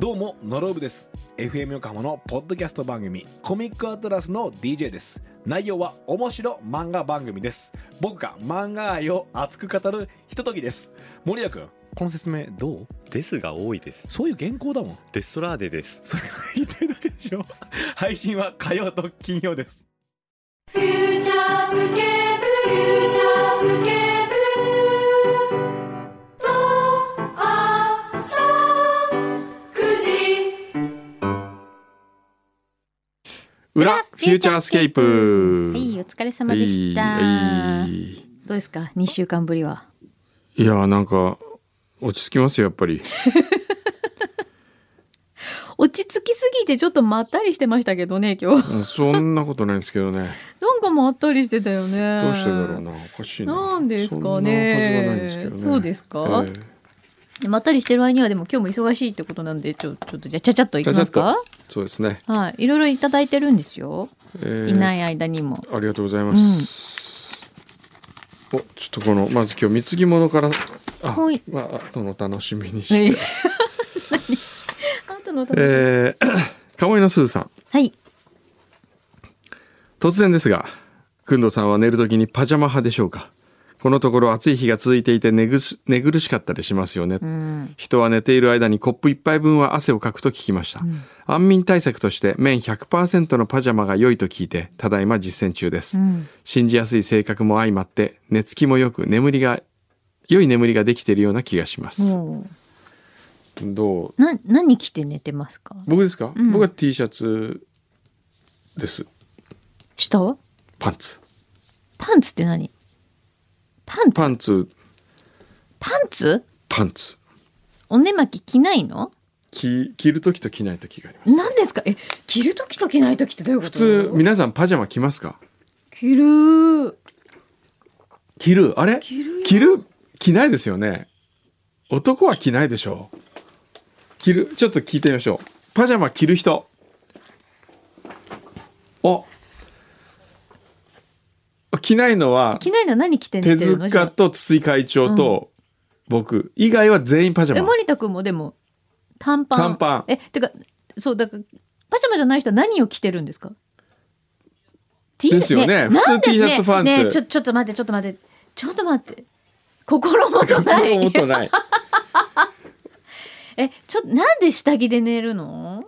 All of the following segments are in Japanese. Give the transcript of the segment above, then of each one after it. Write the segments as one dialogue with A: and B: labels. A: どうもノロブです FM 横浜のポッドキャスト番組コミックアトラスの DJ です内容は面白漫画番組です僕が漫画愛を熱く語るひとときです森谷君この説明どう
B: ですが多いです。
A: そういう原稿だもん
B: デストラーデです。
A: それが言いたいだけでしょ配信は火曜と金曜です
C: フューチャースケープフューチャースケープと朝9時
D: 裏フューチャースケープ
E: はい、お疲れ様でした。
D: はい
E: ど
D: いう
E: ですか ?2 週間ぶりは。
D: いやーなんか落ち着きますよやっぱり
E: 落ち着きすぎてちょっとまったりしてましたけどね、今日。
D: うんそんなことないんですけどね
E: なんかまったりしてたよね。
D: どうしてだろうなおかしいな
E: なんです
D: そ
E: か
D: んなはずはないん
E: ね。
D: ですけどね
E: そうですか、
D: え
E: まったりしてる間にはでも今日も忙しいってことなんで、ちょちょっとじゃあちゃちゃっといきます
D: ちゃ
E: か
D: ちゃっえそうですね、
E: はい。いろいろいただいてるんですよ。
D: えー
E: いない間にも。
D: ありがとうございます、おちょっとこのまず今日貢ぎ物からあ、
E: はい
D: まあ後の楽しみにして、
E: え何 あとの楽しみ
D: え ー、かもいのすーさん
E: はい。
D: 突然ですが、くんどさんは寝るときにパジャマ派でしょうかこのところ暑い日が続いていて寝ぐし寝苦しかったりしますよね。
E: うん。
D: 人は寝ている間にコップ一杯分は汗をかくと聞きました。安眠対策として綿100%のパジャマが良いと聞いて、ただいま実践中です。
E: うん。
D: 信じやすい性格も相まって、寝つきも良く眠りが、良い眠りができているような気がします。
E: もう。
D: どう
E: な何着て寝てますか
D: 僕ですか、
E: うん
D: 僕は T シャツです。
E: 下は
D: パンツ。
E: パンツって何パンツ
D: パ
E: パン
D: ンツ、
E: ツ
D: パンツ。
E: おねまき着ないの
D: 着着る時と着ない時があります
E: 何ですかえ着る時と着ない時ってどういうこ
D: 普
E: と
D: 通皆さんパジャマ着ますか
E: 着る
D: 着るあれ
E: 着るよ
D: 着る着ないですよね男は着ないでしょう着るちょっと聞いてみましょうパジャマ着る人お着ないのは
E: 着ないのは何着て
D: 手
E: 寝てるのじゃ
D: 塚
E: あ
D: と筒井会長と僕以外は全員パジャ
E: え
D: マ
E: 森田君もでも短パン
D: 短パン
E: えてかそうだからパジャマじゃない人は何を着てるんですか T
D: ですよね普通
E: なんで
D: T シャツパンツ
E: ねねちょちょっと待ってちょっと待ってちょっと待って心もとない
D: もっと ない
E: えちょなんで下着で寝るの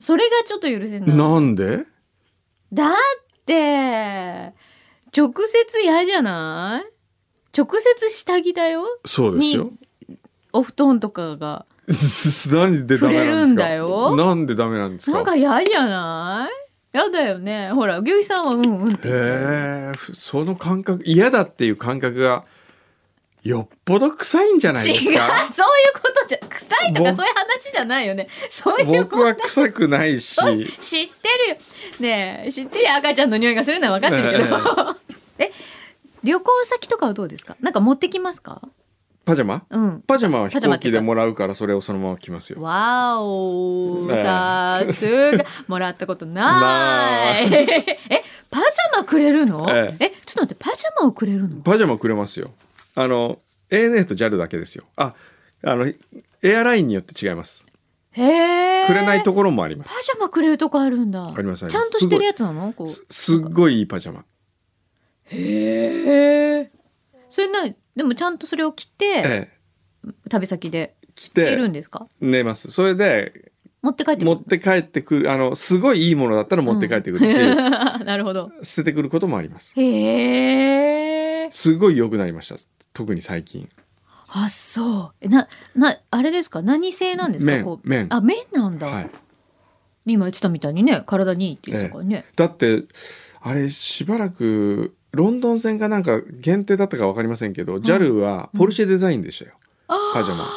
E: それがちょっと許せない
D: なんで
E: だって直接嫌じゃない直接下着だよ
D: そうですよ
E: にお布団とかが
D: 何でダメ なんですか
E: 触れるんだよ
D: なんでダメなんですか
E: なんか嫌じゃないやだよねほら牛肥さんはうんうんって言ってる
D: へえその感覚嫌だっていう感覚がよっぽど臭いんじゃない
E: 違う
D: で
E: そう
D: す
E: いう
D: か
E: ことじゃ臭いとか
D: ぼ
E: そういう話じゃないよねそういう
D: 僕は臭くないし
E: 知ってるよねえ知ってるよ赤ちゃんの匂いがするのは分かってるけど え旅行先とかはどうですかなんか持ってきますか
D: パジャマ
E: うん
D: パジャマは飛
E: パジャマ
D: 行
E: っ
D: 機
E: ていうか
D: でもらうからそれをそのまま着ますよ
E: わお
D: ええ
E: さすがもらったことない えパジャマくれるのえ
D: え
E: ちょっと待ってパジャマをくれるの
D: パジャマくれますよあの ANA と JAL だけですよああのエアラインによって違います
E: へえ
D: くれないところもありま
E: パ
D: す、
E: ジャマくれるとこあるんだ
D: りますあります
E: ちゃんとしてるやつなのこう
D: すすっごいいいパジャマ
E: へえそれなでもちゃんとそれを着て
D: ええ
E: 旅先で
D: 着
E: 着る
D: て
E: んですか
D: 寝ますそれで
E: 持って帰ってくる
D: 持って帰ってくるあのすごいいいものだったら持って帰ってくるし、
E: なるほど
D: 捨ててくることもあります
E: へえ
D: すごい良くなりました特に最近
E: あそうえななあれですか何製なんですか
D: 綿
E: こう
D: 綿
E: あ綿なんだ、
D: はい
E: 今言ってたみたいにね体にいいって言ってたからね、
D: だってあれしばらくロンドン線がなんか限定だったか分かりませんけど JAL、はポルシェデザインでしたよ、パジャマ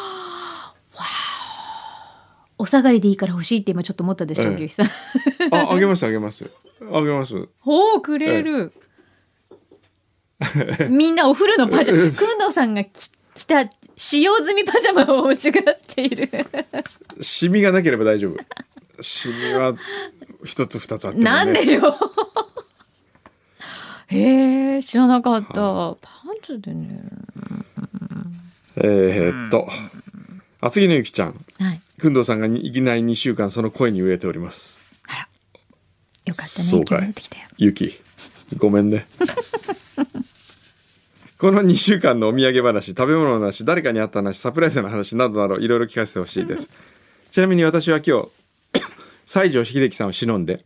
E: お下がりでいいから欲しいって今ちょっと思ったでしょ、
D: ええ
E: 牛肥さん
D: ああげますあげますあげます
E: ほうくれる、みんなお風呂のパジャマ
D: え
E: く
D: え
E: んどうさんがき着た使用済みパジャマを欲しがって いる
D: シミがなければ大丈夫シミは一つ二つあっても、ね、
E: なんでよへ え知らなかった、パンツでね
D: えーっと厚木のゆきちゃん
E: はい
D: 工藤さんがいきなり2週間その声に飢えております
E: よかったね
D: そう
E: 生き
D: かい
E: 延びてきたよ
D: ゆきごめんね この2週間のお土産話食べ物の話誰かに会った話サプライズの話などなどいろいろ聞かせてほしい ですちなみに私は今日 西城秀樹さんを忍んで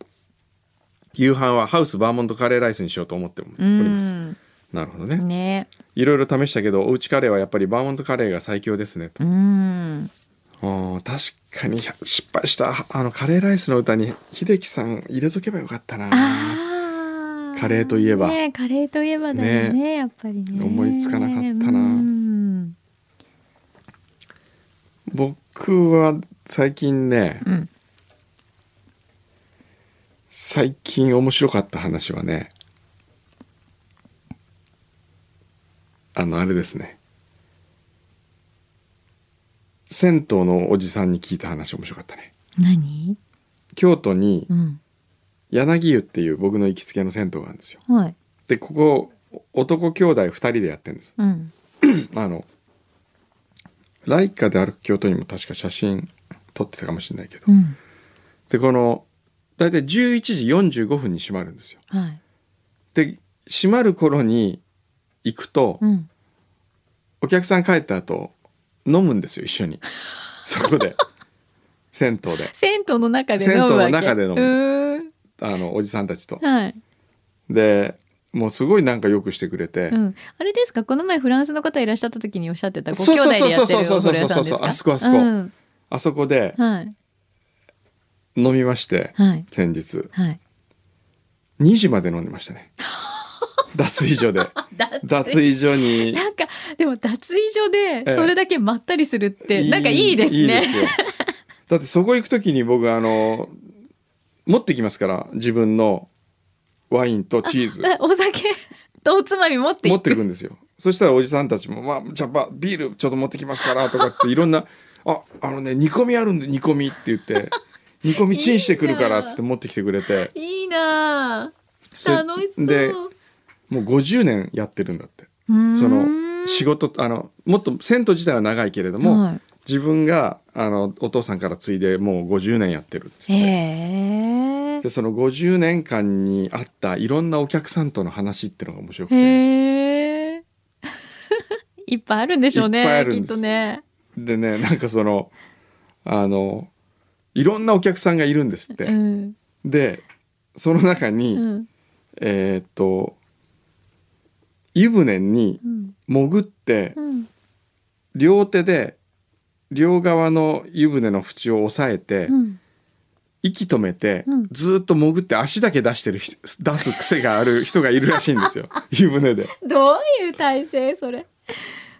D: 夕飯はハウスバーモントカレーライスにしようと思っており
E: う
D: ます
E: ん
D: なるほどね
E: ね
D: いろいろ試したけどおうちカレーはやっぱりバーモントカレーが最強ですねと
E: うん
D: うん確かに失敗したあのカレーライスの歌に秀樹さん入れとけばよかったな
E: あ
D: カレーといえば
E: ねカレーといえばだよねやっぱりね
D: 思いつかなかったな
E: うん
D: 僕は最近ね、
E: うん
D: 最近面白かった話はねあのあれですね銭湯のおじさんに聞いた話面白かったね
E: 何
D: 京都に
E: うん
D: 柳湯っていう僕の行きつけの銭湯があるんですよ
E: はい
D: でここ男兄弟2人でやってるんです
E: うん
D: あのライカで歩く京都にも確か写真撮ってたかもしれないけど、
E: うん
D: でこの大体11時45分に閉まるんですよ
E: はい
D: で閉まる頃に行くと、
E: うん
D: お客さん帰った後飲むんですよ一緒 にそこで銭湯で
E: 銭湯の中で飲むわけ
D: 銭湯の中で飲む
E: うーん
D: あのおじさんたちと
E: はい、
D: でもうすごいなんかよくしてくれて、
E: うん、あれですかこの前フランスの方いらっしゃった時におっしゃってたご
D: そう
E: 兄
D: そう
E: 弟
D: そう
E: でやってるお
D: そうそうそ
E: 風呂屋
D: うそうあそこあ
E: さんですか
D: そこ
E: うん、
D: あそこで
E: はい
D: 飲みまして、
E: はい
D: 先日
E: はい
D: 2時まで飲んでました ね脱衣所で脱衣所に
E: なんかでも脱衣所で
D: え
E: それだけまったりするって、なんかいいですね
D: いいですよだってそこ行く時に僕あの持ってきますから自分のワインとチーズ
E: お酒とおつまみ持ってい
D: 持
E: く
D: ってくんですよそしたらおじさんたちも「まあ、じゃあばビールちょっと持ってきますから」とか っていろんな「ああのね煮込みあるんで煮込み」って言って「煮込みチンしてくるから」っつって持ってきてくれて
E: いいなあ
D: それ
E: 楽しそう
D: でもう50年やってるんだってその仕
E: 事
D: 事あのもっと銭湯自体は長いけれども、
E: はい
D: 自分があのお父さんから継いでもう50年やってるっつって、
E: へえ
D: でその50年間にあったいろんなお客さんとの話っていうのが面白くて
E: へえ いっぱいあるんでしょう
D: いっぱい
E: ね
D: ある
E: き
D: ん
E: っ
D: です
E: とね
D: でねなんかそのあのいろんなお客さんがいるんですって、
E: うん
D: でその中に、
E: うん
D: えーっと湯船に
E: うん
D: 潜って
E: うん
D: 両手で両側の湯船の縁を押さえて、
E: うん
D: 息止めて、
E: うん
D: ずーっと潜って足だけ出してる人出す癖がある人がいるらしいんです よ湯船で。
E: どういう体勢それ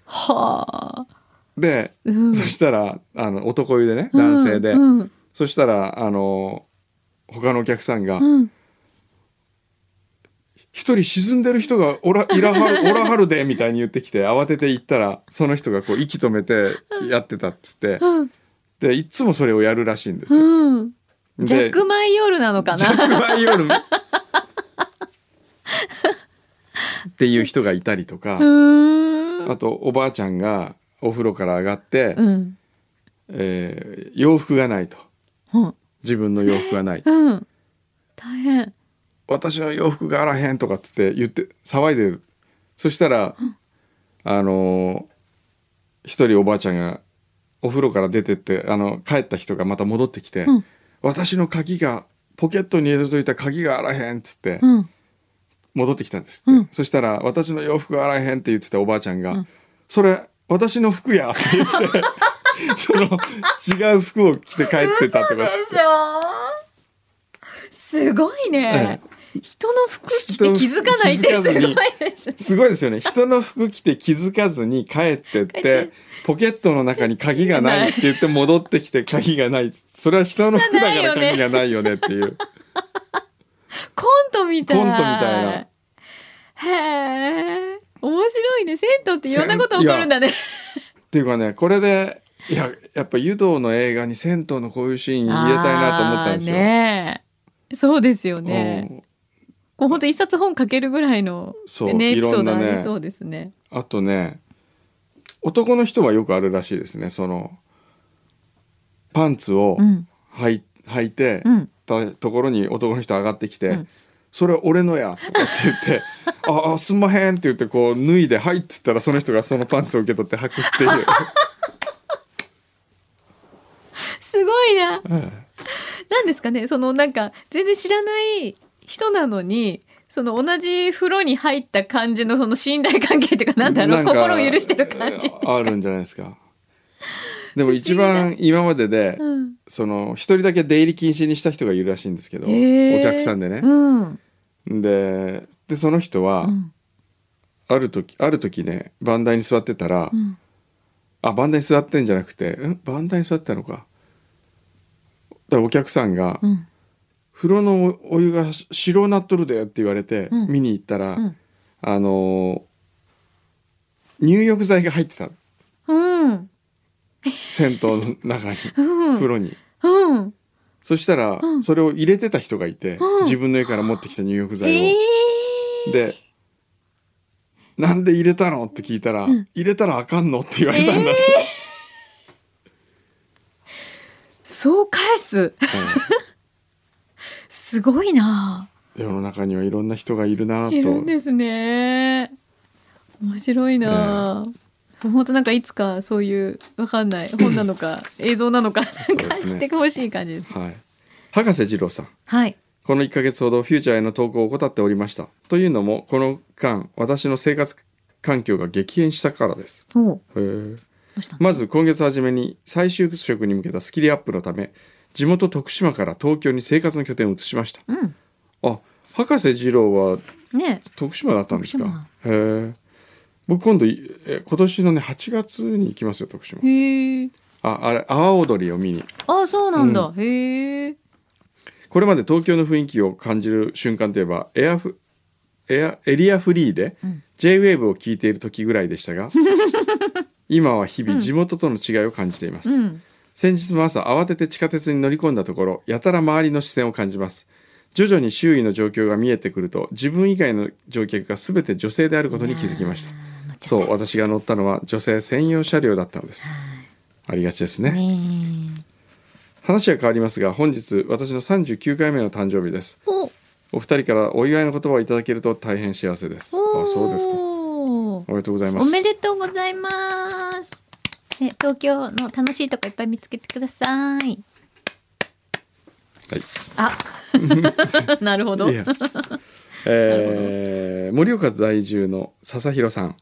E: はあ、
D: で、
E: うん
D: そしたらあの男湯でね男性で、
E: うんうん
D: そしたらあの他のお客さんが
E: うん
D: 「一、人沈んでる人がおらいらはるおらはるで」みたいに言ってきて慌てて行ったらその人がこう息止めてやってたっつって
E: うん
D: でいつもそれをやるらしいんですよ。
E: うん
D: で
E: ジャックマイヨールなのか
D: ジャ
E: な
D: ックバイオルっていう人がいたりとか。
E: うーん
D: あとおばあちゃんがお風呂から上がって、
E: うん
D: えー洋服がないと
E: うん
D: 自分の洋服がない
E: うん大変
D: 私の洋服があらへんとかっつって言って騒いでるそしたら、あのー一人おばあちゃんがお風呂から出てってあの帰った人がまた戻ってきて、
E: うん
D: 私の鍵がポケットに入れといた鍵があらへんっつって、
E: うん
D: 戻ってきたんですって、
E: うん
D: そしたら「私の洋服洗えへん」って言ってたおばあちゃんが「それ私の服や」って言ってその違う服を着て帰ってたとかっ
E: で
D: つって
E: しょすごいね、人の服着て気づかないってす
D: 人の
E: ご
D: 服
E: い
D: 気づか
E: ですね
D: すごいですよね人の服着て気づかずに帰ってっ
E: 帰って
D: てポケットの中に鍵がないって言って戻ってきて鍵がないそれは人の服だから
E: ないよね
D: 鍵がないよねっていう
E: コントみたい
D: コントみたいな
E: へえ面白いね銭湯っていろんなこと起こるんだね
D: っていうかねこれでいややっぱ湯道の映画に銭湯のこういうシーン入れたいなと思ったんですよ。
E: あーねえそうですよね、
D: うん
E: こう本当一冊本書けるぐらいの、
D: そう
E: ね、エ
D: い
E: ピソ
D: ろ
E: ー
D: ん
E: ド
D: なね
E: ありそうですね。
D: あとね男の人はよくあるらしいですねそのパンツを
E: うん
D: 履い,、履いて
E: うん
D: たところに男の人上がってきて「
E: うん
D: それ俺のや」とかって言って 「ああすんまへん」って言ってこう脱いで「はい」っつったらその人がそのパンツを受け取って履くっていう。
E: すごいな。なんですかね、そのなんか全然知らない人なのに、その同じ風呂に入った感じのその信頼関係っていうか なんだろう、
D: か
E: 心を許してる感じ。
D: あるんじゃないですかでも一番今までで、
E: うん
D: その一人だけ出入り禁止にした人がいるらしいんですけど、
E: へー
D: お客さんでね、
E: うん。
D: ででその人は、
E: ん
D: ある時ある時ねバンダイに座ってたら、
E: ん
D: あバンダイに座ってんじゃなくてんバンダイに座ってたのかだからお客さんが、
E: うん
D: 風呂のおお湯が白なっとるで」って言われて、
E: うん
D: 見に行ったら、
E: うん
D: あのー入浴剤が入ってた
E: うん。
D: 銭湯の中に、
E: うん
D: 風呂に
E: うん。
D: そしたら、
E: ん
D: それを入れてた人がいて、
E: うん
D: 自分の家から持ってきた入浴剤を、
E: ええ
D: で「なんで入れたの?」って聞いたら「入れたらあかんの?」って言われたんだって、
E: そう返す。すごいな。
D: 世の中にはいろんな人がいるなと
E: いるんですね。面白いな。本当なんかいつかそういうわかんない本なのか映像なのかなん
D: うで
E: か
D: すね
E: してほしい感じです。
D: はい、博士二郎さん
E: はい。
D: この1ヶ月ほどフューチャーへの投稿を怠っておりましたというのもこの間私の生活環境が激変したからです
E: おう。
D: へえまず今月初めに再就職に向けたスキルアップのため地元徳島から東京に生活の拠点を移しました
E: うん。
D: あ博士二郎は
E: ねえ。
D: 徳島だったんですかへえ僕今度いえ今年のね8月に行きますよ徳島
E: へえ。
D: ああれ阿波踊りを見に
E: あ、そうなんだ。へえ。
D: これまで東京の雰囲気を感じる瞬間といえばエアフエアエリアフリーで JWAVE を聴いている時ぐらいで したが、今は日々地元との違いを感じています、
E: うん。
D: 先日の朝慌てて地下鉄に乗り込んだところやたら周りの視線を感じます徐々に周囲の状況が見えてくると自分以外の乗客が全て女性であることに気づきましたそう私が乗ったのは女性専用車両だったのですありがちですね
E: ねえ。
D: 話は変わりますが本日私の39回目の誕生日です
E: お。
D: お二人からお祝いの言葉をいただけると大変幸せです。あ、そうですか。
E: お
D: おめでとうございます。
E: おめでとうございます。ね、東京の楽しいとこいっぱい見つけてください。
D: はい。
E: あ、なるほど。
D: いやえー盛岡在住の笹弘さん。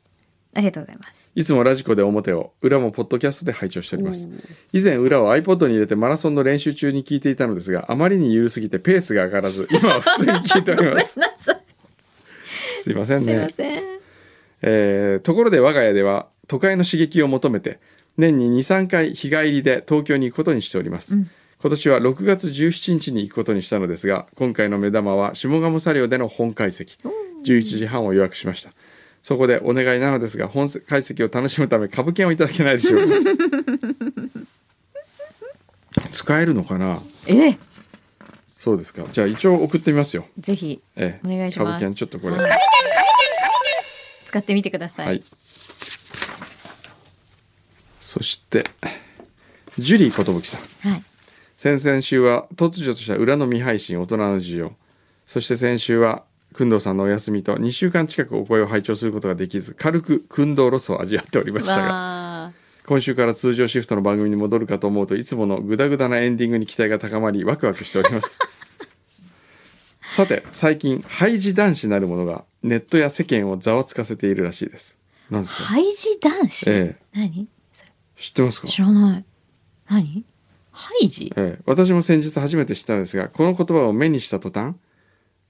E: ありがとうございます。
D: いつもラジコで表を、裏もポッドキャストで拝聴しております。以前裏を iPod に入れてマラソンの練習中に聞いていたのですが、あまりに緩すぎてペースが上がらず、今は普通に聞いておりま す。
E: なさい。
D: すいません
E: すいま
D: ね。
E: せん。
D: えーところで我が家では都会の刺激を求めて年に23回日帰りで東京に行くことにしております、今年は6月17日に行くことにしたのですが今回の目玉は下鴨車両での本会席11時半を予約しましたそこでお願いなのですが本会席を楽しむため株券をいただけないでしょう か使えるのかな
E: え、
D: そうですかじゃあ一応送ってみますよ、
E: ぜひ
D: え
E: お
D: え
E: 願いします。
D: 株券ちょっとこれ
E: はい使ってみてください。
D: はい。そして、ジュリー寿さん。
E: はい。
D: 先々週は突如とした裏の未配信大人の需要。そして先週は、くんどうさんのお休みと2週間近くお声を拝聴することができず、軽くくんどうロスを味わっておりましたが、
E: わあ、
D: 今週から通常シフトの番組に戻るかと思うといつものグダグダなエンディングに期待が高まりワクワクしております さて最近ハイジ男子なるものがネットや世間をざわつかせているらしいですなんですか
E: ハイジ男子。
D: え
E: 何？それ
D: 知ってますか
E: 知らない。何？ハイジ？
D: ええ、私も先日初めて知ったのですがこの言葉を目にした途端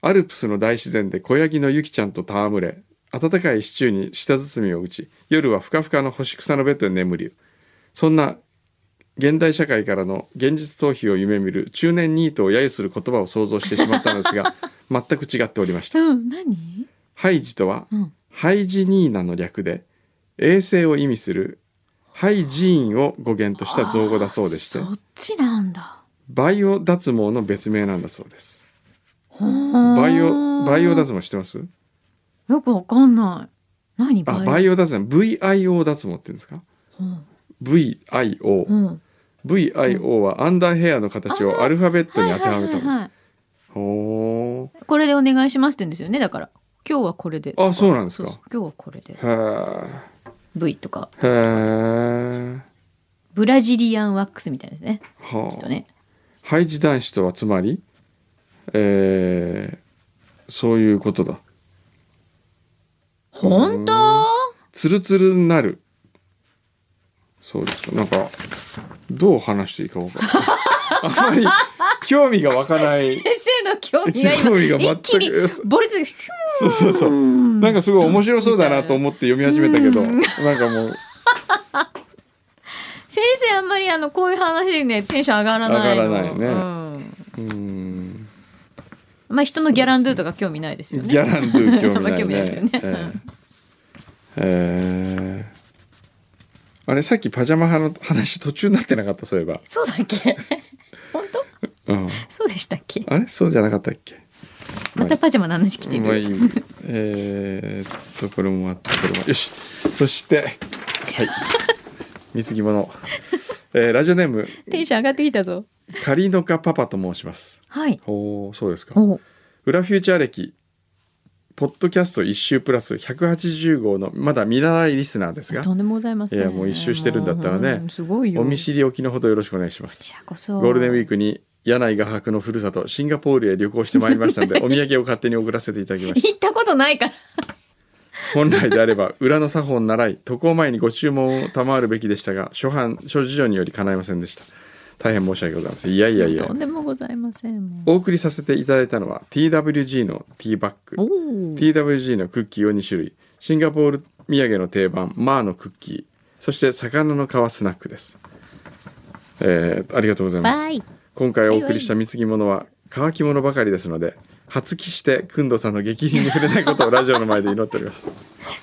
D: アルプスの大自然で小ヤギのゆきちゃんと戯れ温かいシチューに舌包みを打ち夜はふかふかの干し草のベッドで眠りゆそんな現代社会からの現実逃避を夢見る中年ニートを揶揄する言葉を想像してしまったのですが全く違っておりま した
E: うん、何？
D: ハイジとは、
E: ん
D: ハイジニーナの略で衛星を意味するハイジーンを語源とした造語だそうでして
E: そっちなんだ。
D: バイオ脱毛の別名なんだそうです。
E: バ
D: バイオ、バイオ脱毛知ってます。
E: よくわかんない。何
D: あ、
E: バイオ
D: バイオ脱毛、V. I. O. 脱毛って言うんですか。V. I. O.
E: うん。
D: VIO はアンダーヘアの形をアルファベットに当てはめたもの
E: はい
D: ほー
E: これでお願いしますって言うんですよねだから今日はこれで
D: あそうなんですか
E: そうそう今日はこれで
D: へー
E: V とか
D: へー
E: ブラジリアンワックスみたいですねきっ
D: は
E: と
D: あ、
E: ね
D: ハイジ男子とはつまり、えーそういうことだ
E: 本当
D: ツルツルになるそうですかなんかどう話していいか分からないあまり興味が湧かない
E: 先生の興味が
D: 興味が
E: 今
D: 全く
E: 一気にボリスヒュ
D: そうそうそうなんかすごい面白そうだなと思って読み始めたけどなんかもう
E: ー先生あんまりあのこういう話でねテンション上がらないの
D: 上がらないね
E: うん
D: うん
E: まあ人のギャランドゥとか興味ないです
D: ギ
E: よね
D: ャランドゥ 興 味ない
E: 興味ない
D: ね
E: よね
D: ええーあれさっきパジャマ派の話途中になってなかったそういえば、
E: そうだっ け本当
D: うん、
E: そうでしたっけ
D: あれそうじゃなかったっけ
E: またパジャマの話来てる、
D: まあいいえー、っとこれもあってこれもよしそしてはい貢ぎ物、えー、ラジオネーム
E: テンション上がってきたぞ
D: カリノカパパと申します
E: はい
D: ほうそうですか
E: お
D: 裏フューチャー歴ポッドキャスト1周プラス180号のまだ見習いリスナーですが
E: とんでもございません
D: いやもう一周してるんだったらね
E: うんすごいよ
D: お見知りおきのほどよろしくお願いします
E: こちらこそ
D: ゴールデンウィークに柳井画伯のふるさとシンガポールへ旅行してまいりました のでお土産を勝手に送らせていただきました
E: 行ったことないから
D: 本来であれば裏の作法を習い渡航前にご注文を賜るべきでしたが初版諸事情により叶いませんでした大変申し訳ございませんいやいやいや
E: とんでもございませんもう
D: お送りさせていただいたのは TWG のティーバッグ
E: おー
D: TWG のクッキーを2種類シンガポール土産の定番マーのクッキーそして魚の皮スナックです、えーありがとうございま
E: バ
D: す
E: イ
D: 今回お送りした貢ぎ物は乾き物ばかりですので発揮してくんどさんの激励に触れないことをラジオの前で祈っております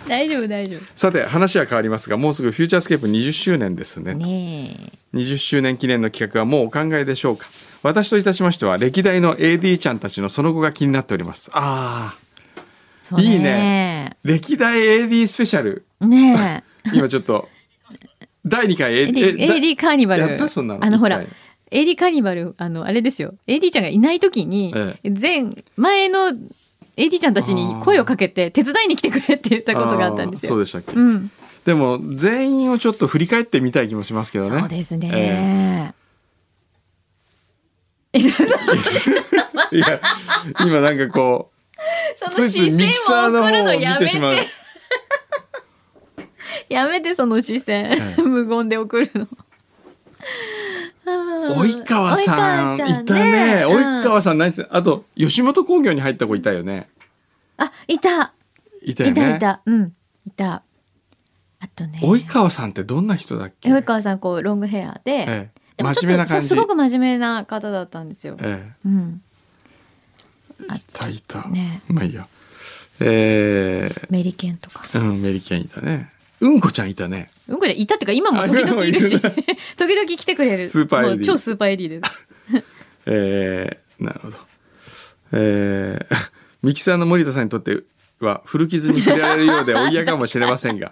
E: 大丈夫大丈
D: さて話は変わりますがもうすぐフューチャースケープ20周年ですね
E: 夫ねえ
D: 20周年記念の企画はもうお考えでしょうか私といたしましては歴代の AD ちゃんたちのその後が気になっておりますああ
E: そうね
D: いいね歴代 AD スペシャル
E: ね
D: 今ちょっと 第2回
E: え AD, AD カーニバル
D: やったそんなの
E: あのほら
D: 一
E: AD カーニバルあのあれですよ AD ちゃんがいない時に、
D: え
E: 前前の AD ちゃんたちに声をかけて手伝いに来てくれって言ったことがあったんです
D: あーそ
E: よ
D: うでしたっけ、
E: うん、
D: でも全員をちょっと振り返ってみたい気もしますけどね
E: そうです
D: え
E: ね、え そうそう
D: えいや今なんかこう
E: そ
D: つ
E: の
D: いつい
E: 視
D: ミキサー
E: 線を
D: の
E: 送る
D: 方
E: の
D: を見
E: や
D: て
E: め
D: しまう
E: て やめてその視線、無言で送るのあー
D: 及川さん
E: 及川ちゃ
D: いたね
E: うん
D: 及川さん何してあと吉本興業に入った子いたよね
E: あいた
D: いたよ
E: いた
D: ね
E: いたうんいたあとね
D: 及川さんってどんな人だっけ
E: 及川さんこうロングヘアで、
D: ええ
E: でもち
D: 真面
E: ょ
D: 目な
E: っとそ
D: 感
E: う
D: じ
E: すごく真面目な方だったんですよ、
D: え
E: うん、
D: えいたいた、
E: ね
D: まあいいやええ
E: メリケンとか
D: うんメリケンいたねうんこちゃんいたね
E: うんこちゃんいたっていうか今も時々いる
D: あ
E: し
D: 今
E: 時
D: もい
E: 々来てくれる
D: スーパー AD
E: もう超スーパーエデ ィです
D: ええなるほどええミキサー の森田さんにとっては古傷に触れられるようでお嫌かもしれませんが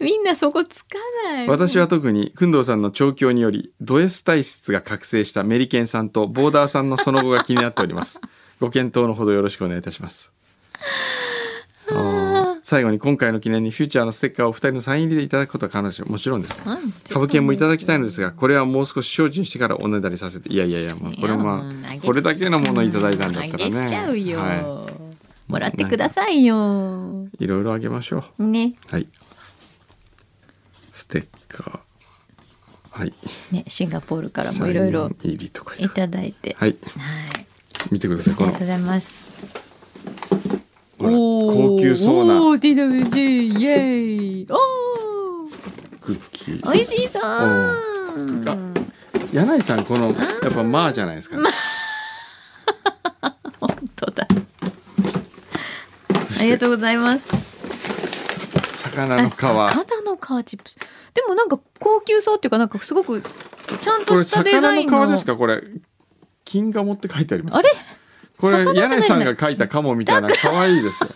E: みんなそこつかない
D: 私は特に工藤さんの調教によりド S 体質が覚醒したメリケンさんとボーダーさんのその後が気になっております ご検討のほどよろしくお願いいたしますあー最後に今回の記念にフューチャーのステッカーをお二人のサイン入りでいただくことは彼女もちろんです
E: うん
D: 株券もいただきたいのですがこれはもう少し精進してからおねだりさせていやいやいやもうこれはま
E: いやもうあげ
D: あこれだけのものをいただいたんだったら
E: あげちゃう
D: ね
E: よ、
D: は
E: もらってくださいよ
D: いいろいろあげましょう
E: ね
D: はいステッカーはい
E: ねシンガポールからもいろいろ
D: サイン入りとか
E: いただいて
D: はい
E: はい
D: 見てください
E: あり
D: こ
E: が
D: の
E: とうございます。
D: ほら高級そう
E: お
D: な
E: ー TWG イエーイ。お
D: クッキ
E: お、
D: ー
E: 美味しそう。
D: あ柳井さんこのやっぱ「まあ」じゃないですか、ね、
E: 本当だ。ありがとうございます。
D: 魚の
E: あ
D: 皮
E: 魚の皮チップス。でもなんか高級そうっていうかなんかすごくちゃん
D: ことれ
E: したデザ
D: 魚
E: イン
D: の
E: の。
D: 皮ですかこれ金が持って書いてあります
E: あれ？
D: これ
E: 魚じゃ
D: 柳
E: ないん
D: 井
E: だ
D: さんが書いたカモみたいな可愛いですよ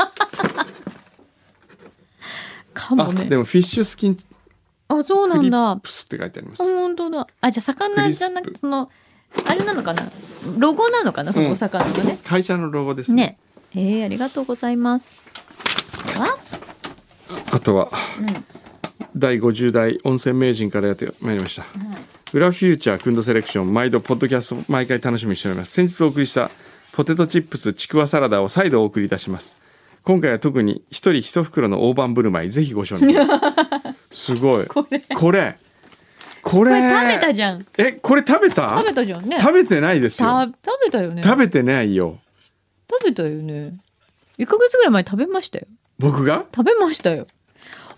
E: か
D: あ
E: も
D: で
E: ね。
D: もフィッシュスキン
E: あそう
D: ク
E: な
D: リ
E: ん
D: ッ
E: だ
D: プスって書いてあります。
E: 本当だあじゃあ魚じゃな
D: ク
E: く
D: リスプ
E: そのあれなのかなロゴなのかなそのお魚のね、
D: 会社のロゴですね。
E: ねえー、ありがとうございますでは
D: あとは、
E: うん
D: 第50代温泉名人からやってまいりました。
E: はい
D: 裏フューチャーくんどセレクション毎度ポッドキャスト毎回楽しみにしております先日お送りしたポテトチップスちくわサラダを再度お送りいたします今回は特に一人一袋の大盤振る舞いぜひご賞味くださ いすごい
E: これ
D: これこれ
E: これ食べたじゃん
D: えこれ食べた
E: 食べたじゃんね
D: 食べてないです
E: た
D: よ
E: 食べたよね
D: 食べてないよ
E: 食べたよね1ヶ月ぐらい前に食べましたよ
D: 僕が
E: 食べましたよ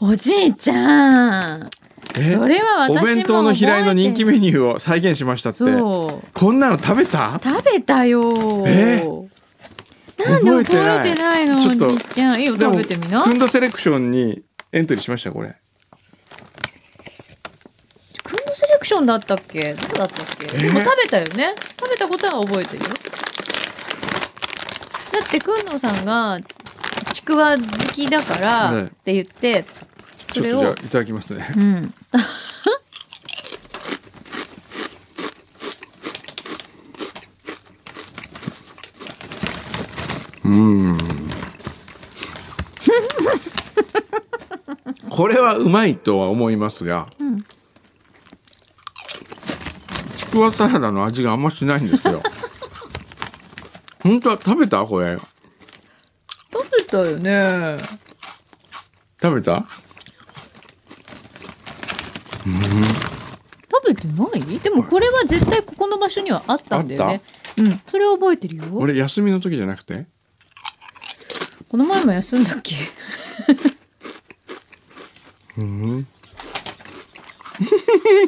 E: おじいちゃん
D: え
E: それは私も
D: お弁当の平井の人気
E: メ
D: メニューを再現しましたって
E: そう
D: こんなの食べた
E: 食べたよ
D: え
E: なんで
D: 覚
E: 覚
D: えてない
E: えてないのお
D: ちょっと
E: じいちゃんいいよ
D: で
E: 食
D: も
E: べてみな
D: くんどセレクションにエントリーしましたこれ
E: くんどセレクションだったっけどこだったっけ、
D: え
E: でも食べたよね食べたことは覚えてるよだってくんどさんがちくわ好きだから
D: はい
E: って言ってそ
D: ち
E: れ
D: ょっとじゃあ
E: を
D: いただきますね
E: うん
D: これはうまいとは思いますが、ちくわサラダの味があんましないんですよ本当は食べたこれ
E: 食べたよね
D: 食べた
E: 食べてないでもこれは絶対ここの場所にはあったんだよねうんそれは覚えてるよ
D: 俺休みの時じゃなくて
E: この前も休んだっけ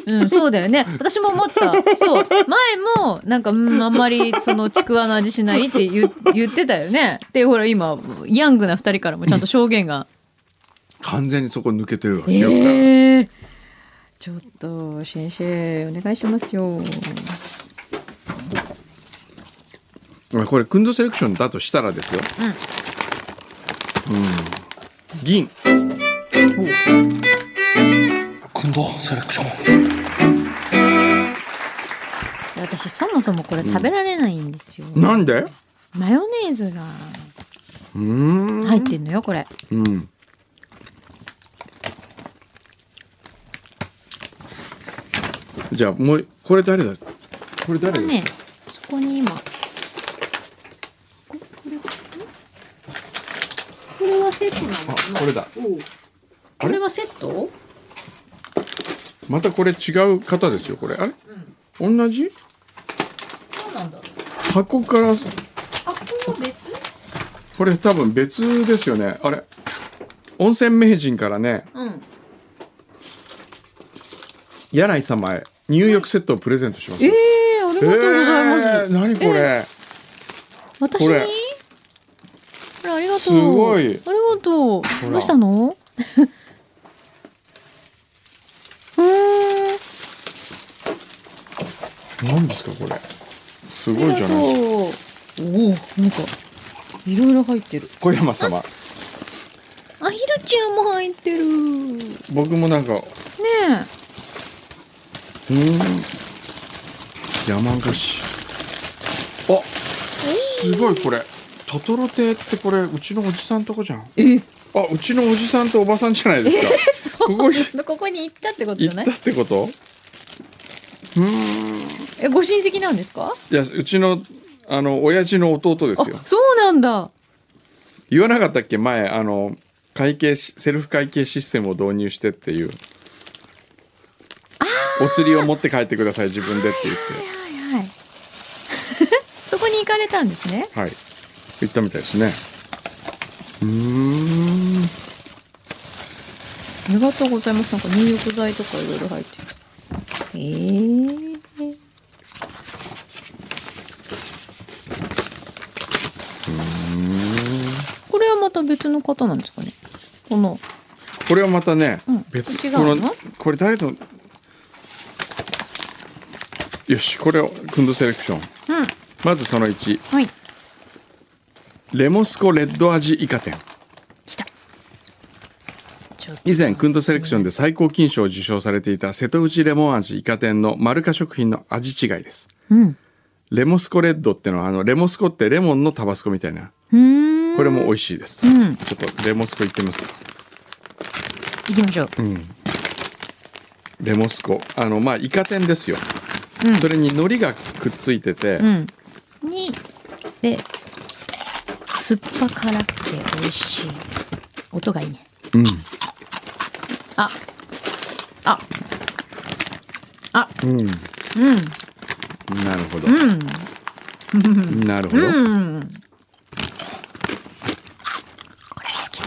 E: うん、そうだよね私も思ったそう前もなんか、うん、あんまりそのちくわの味しないって言う言ってたよねでほら今ヤングな二人からもちゃんと証言が
D: 完全にそこ抜けてるわ記憶から
E: えー、ちょっと先生お願いしますよ
D: まあこれくんどセレクションだとしたらですようん、銀
E: 私そもそもこれ食べられないんですよ、
D: なんで
E: マヨネーズが
D: うーん
E: 入ってんのよこれ
D: うんじゃあもうこれ誰だこれ誰だ、
E: ねそこに今ここれこれはセットな
D: あ
E: の
D: これだ
E: これはセット
D: またこれ違う方ですよこれあれ、同じ
E: そうなんだ
D: 箱から
E: あここは別
D: これ多分別ですよねあれ温泉名人からね
E: うん
D: 柳井様へ入浴セットをプレゼントします
E: ええー、ありがとうございます、
D: えー何これ、
E: 私
D: こ
E: に
D: れ
E: これありがとう
D: すごい
E: ありがとう
D: ら
E: どうしたの うーん
D: 何ですかこれす
E: あり
D: ごいじ
E: が
D: ゃ
E: とう
D: ない
E: おおなんかいろいろ入ってる
D: 小山様
E: あひるちゃんも入ってるね
D: 僕もなんかう
E: え
D: ーん山菓子あすごいこれトトロ亭ってこれうちのおじさんとこじゃん
E: え
D: あうちのおじさんとおばさんじゃないですか
E: そう
D: ここに
E: ここに行ったってことじ
D: 行
E: ゃな
D: っ
E: い
D: たってことうーん
E: えご親戚なんですか
D: いやうちのあの親父の弟ですよ
E: あそうなんだ
D: 言わなかったっけ前あの会計しセルフ会計システムを導入してっていうお釣りを持って帰ってください自分でって言っ
E: はいはい そこに行かれたんですね
D: てはい言ったみたいですねうーん
E: ありがとうございますなんか入浴剤とかいろいろ入ってるえーこれはまた別の方なんですかねこの
D: これはまたね、
E: うん違う
D: こ
E: の
D: のこれ誰のよしこれをクンドセレクション
E: うん
D: まずその1
E: はい
D: レモスコレッド味イカ天
E: 来たちょっ
D: 以前、クンドセレクションで最高金賞を受賞されていた瀬戸内レモン味イカ天のマルカ食品の味違いです。
E: うん
D: レモスコレッドってのは、あの、レモスコってレモンのタバスコみたいな。
E: うーん
D: これも美味しいです。
E: うん
D: ちょっとレモスコいってみますか。
E: 行きましょう
D: レモスコ。あの、まあ、イカ天ですよ。
E: うん
D: それに海苔がくっついてて、
E: うんにで酸っぱ辛くて美味しい音がいいね
D: うん
E: あああ
D: うん
E: うん
D: なるほど。
E: う
D: なるほど。
E: んうんこれ好き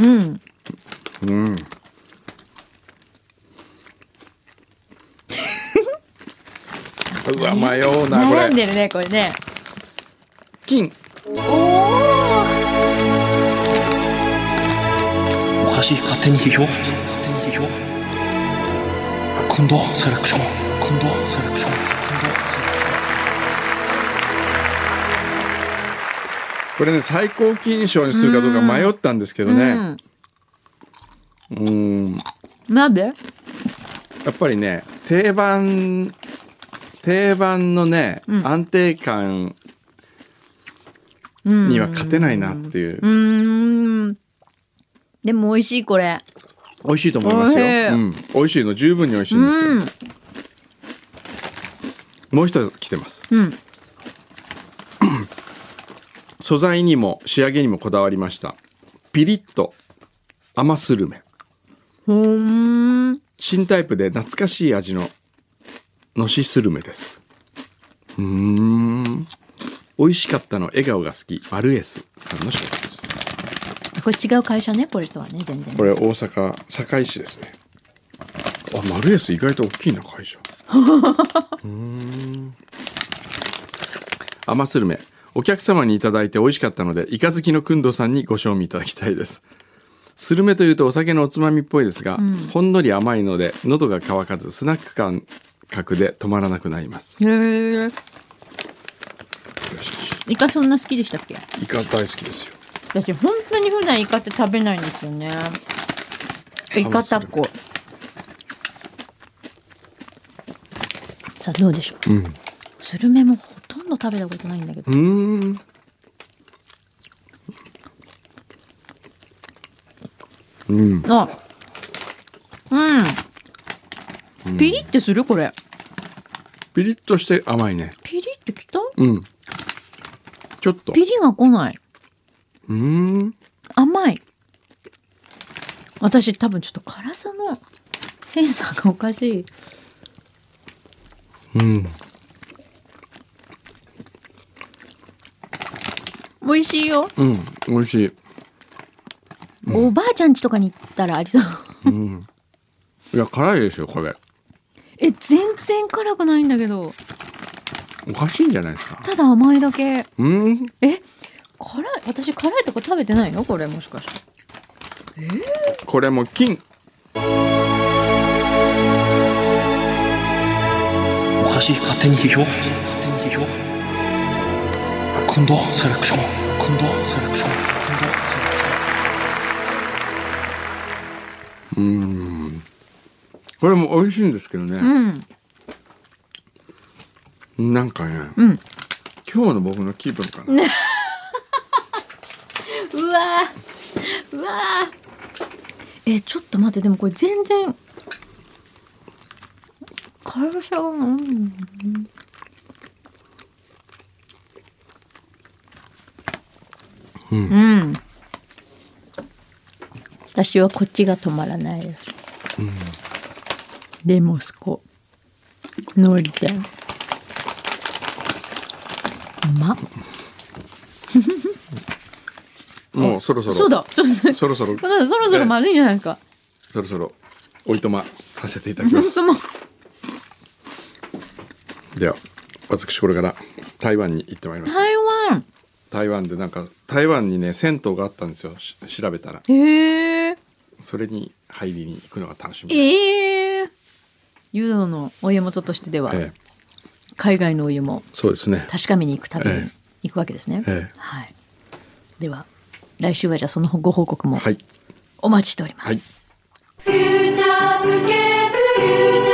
E: だうん
D: うん。うわ、迷うな、こ
E: 悩ん
D: れ。
E: でるねこれね
D: 金。
E: おお
F: おかしい勝手に批評勝手に批評今度セレクション今度セレクション今度セレクション
D: これね、最高金賞にするかどうか迷ったんですけどね。うん。
E: なんで
D: やっぱりね、定番、定番のね、安定感には勝てないなっていう。
E: うーんでも美味しいこれ
D: 美味しいと思いますよ。
E: 美味しい
D: うん。美味しいの、十分に美味しいんですよ。もう一つ来てます。
E: うん
D: 素材にも仕上げにもこだわりましたピリッと甘スルメ
E: ほーん
D: 新タイプで懐かしい味ののしスルメですうーん美味しかったの笑顔が好きマルエスさんの商品です
E: これ違う会社ねこれとはね全然
D: これ大阪堺市ですねあマルエス意外と大きいな会 社うーん甘スルメお客様にいただいて美味しかったのでイカ好きのくんどさんにご賞味いただきたいですスルメというとお酒のおつまみっぽいですが、ほんのり甘いので喉が渇かずスナック感覚で止まらなくなります
E: へえイカそんな好きでしたっけ
D: イカ大好きですよ
E: 私本当に普段イカって食べないんですよねイカタコさあどうでしょう、
D: うん
E: スルメもほとんど食べたことないんだけ
D: う
E: ど
D: ーん
E: あうんピリってするこれ
D: ピリッとして甘いね
E: ピリってきた
D: うんちょっと
E: ピリが来ないう
D: ーん
E: 甘い私多分ちょっと辛さのセンサーがおかしい
D: うん
E: 美味しいよ
D: うん美味しい
E: おばあちゃん家とかに行ったらありそう
D: いや辛いですよこれ
E: え全然辛くないんだけど
D: おかしいんじゃないですか
E: ただ甘いだけ
D: うーん
E: え辛い私辛いとこ食べてないのこれもしかして
D: これも金
F: おかしい勝手に批評勝手に批評今度セレクション今度セレクション今度セレクション
D: これも美味しいんですけど
E: う
D: ね、
E: ん
D: なんかね、
E: ん
D: 今日の僕の気分かな、
E: うわーうわーえちょっと待ってでもこれ全然辛さがうんうん、私はこっちが止まらないです、レモスコのり天うまっ
D: もうそろそろ
E: そうだそうだ
D: そろそろ
E: だからそろそろまずいんじゃないですか。
D: そろそろおいとまさせていただきます
E: 本当も
D: では私これから台湾に行ってまいります
E: 台湾。
D: 台湾でなんか台湾にね銭湯があったんですよし調べたら
E: へえ。
D: それに入りに行くのが楽しみです、
E: ええ。湯道のお湯元としてでは、
D: ええ
E: 海外のお湯も
D: そうですね
E: 確かめに行くため
D: え
E: に
D: え
E: 行くわけですね。
D: ええ
E: はい。では来週はじゃあそのご報告も
D: はい
E: お待ちしております。
C: フューチャースケープフューチ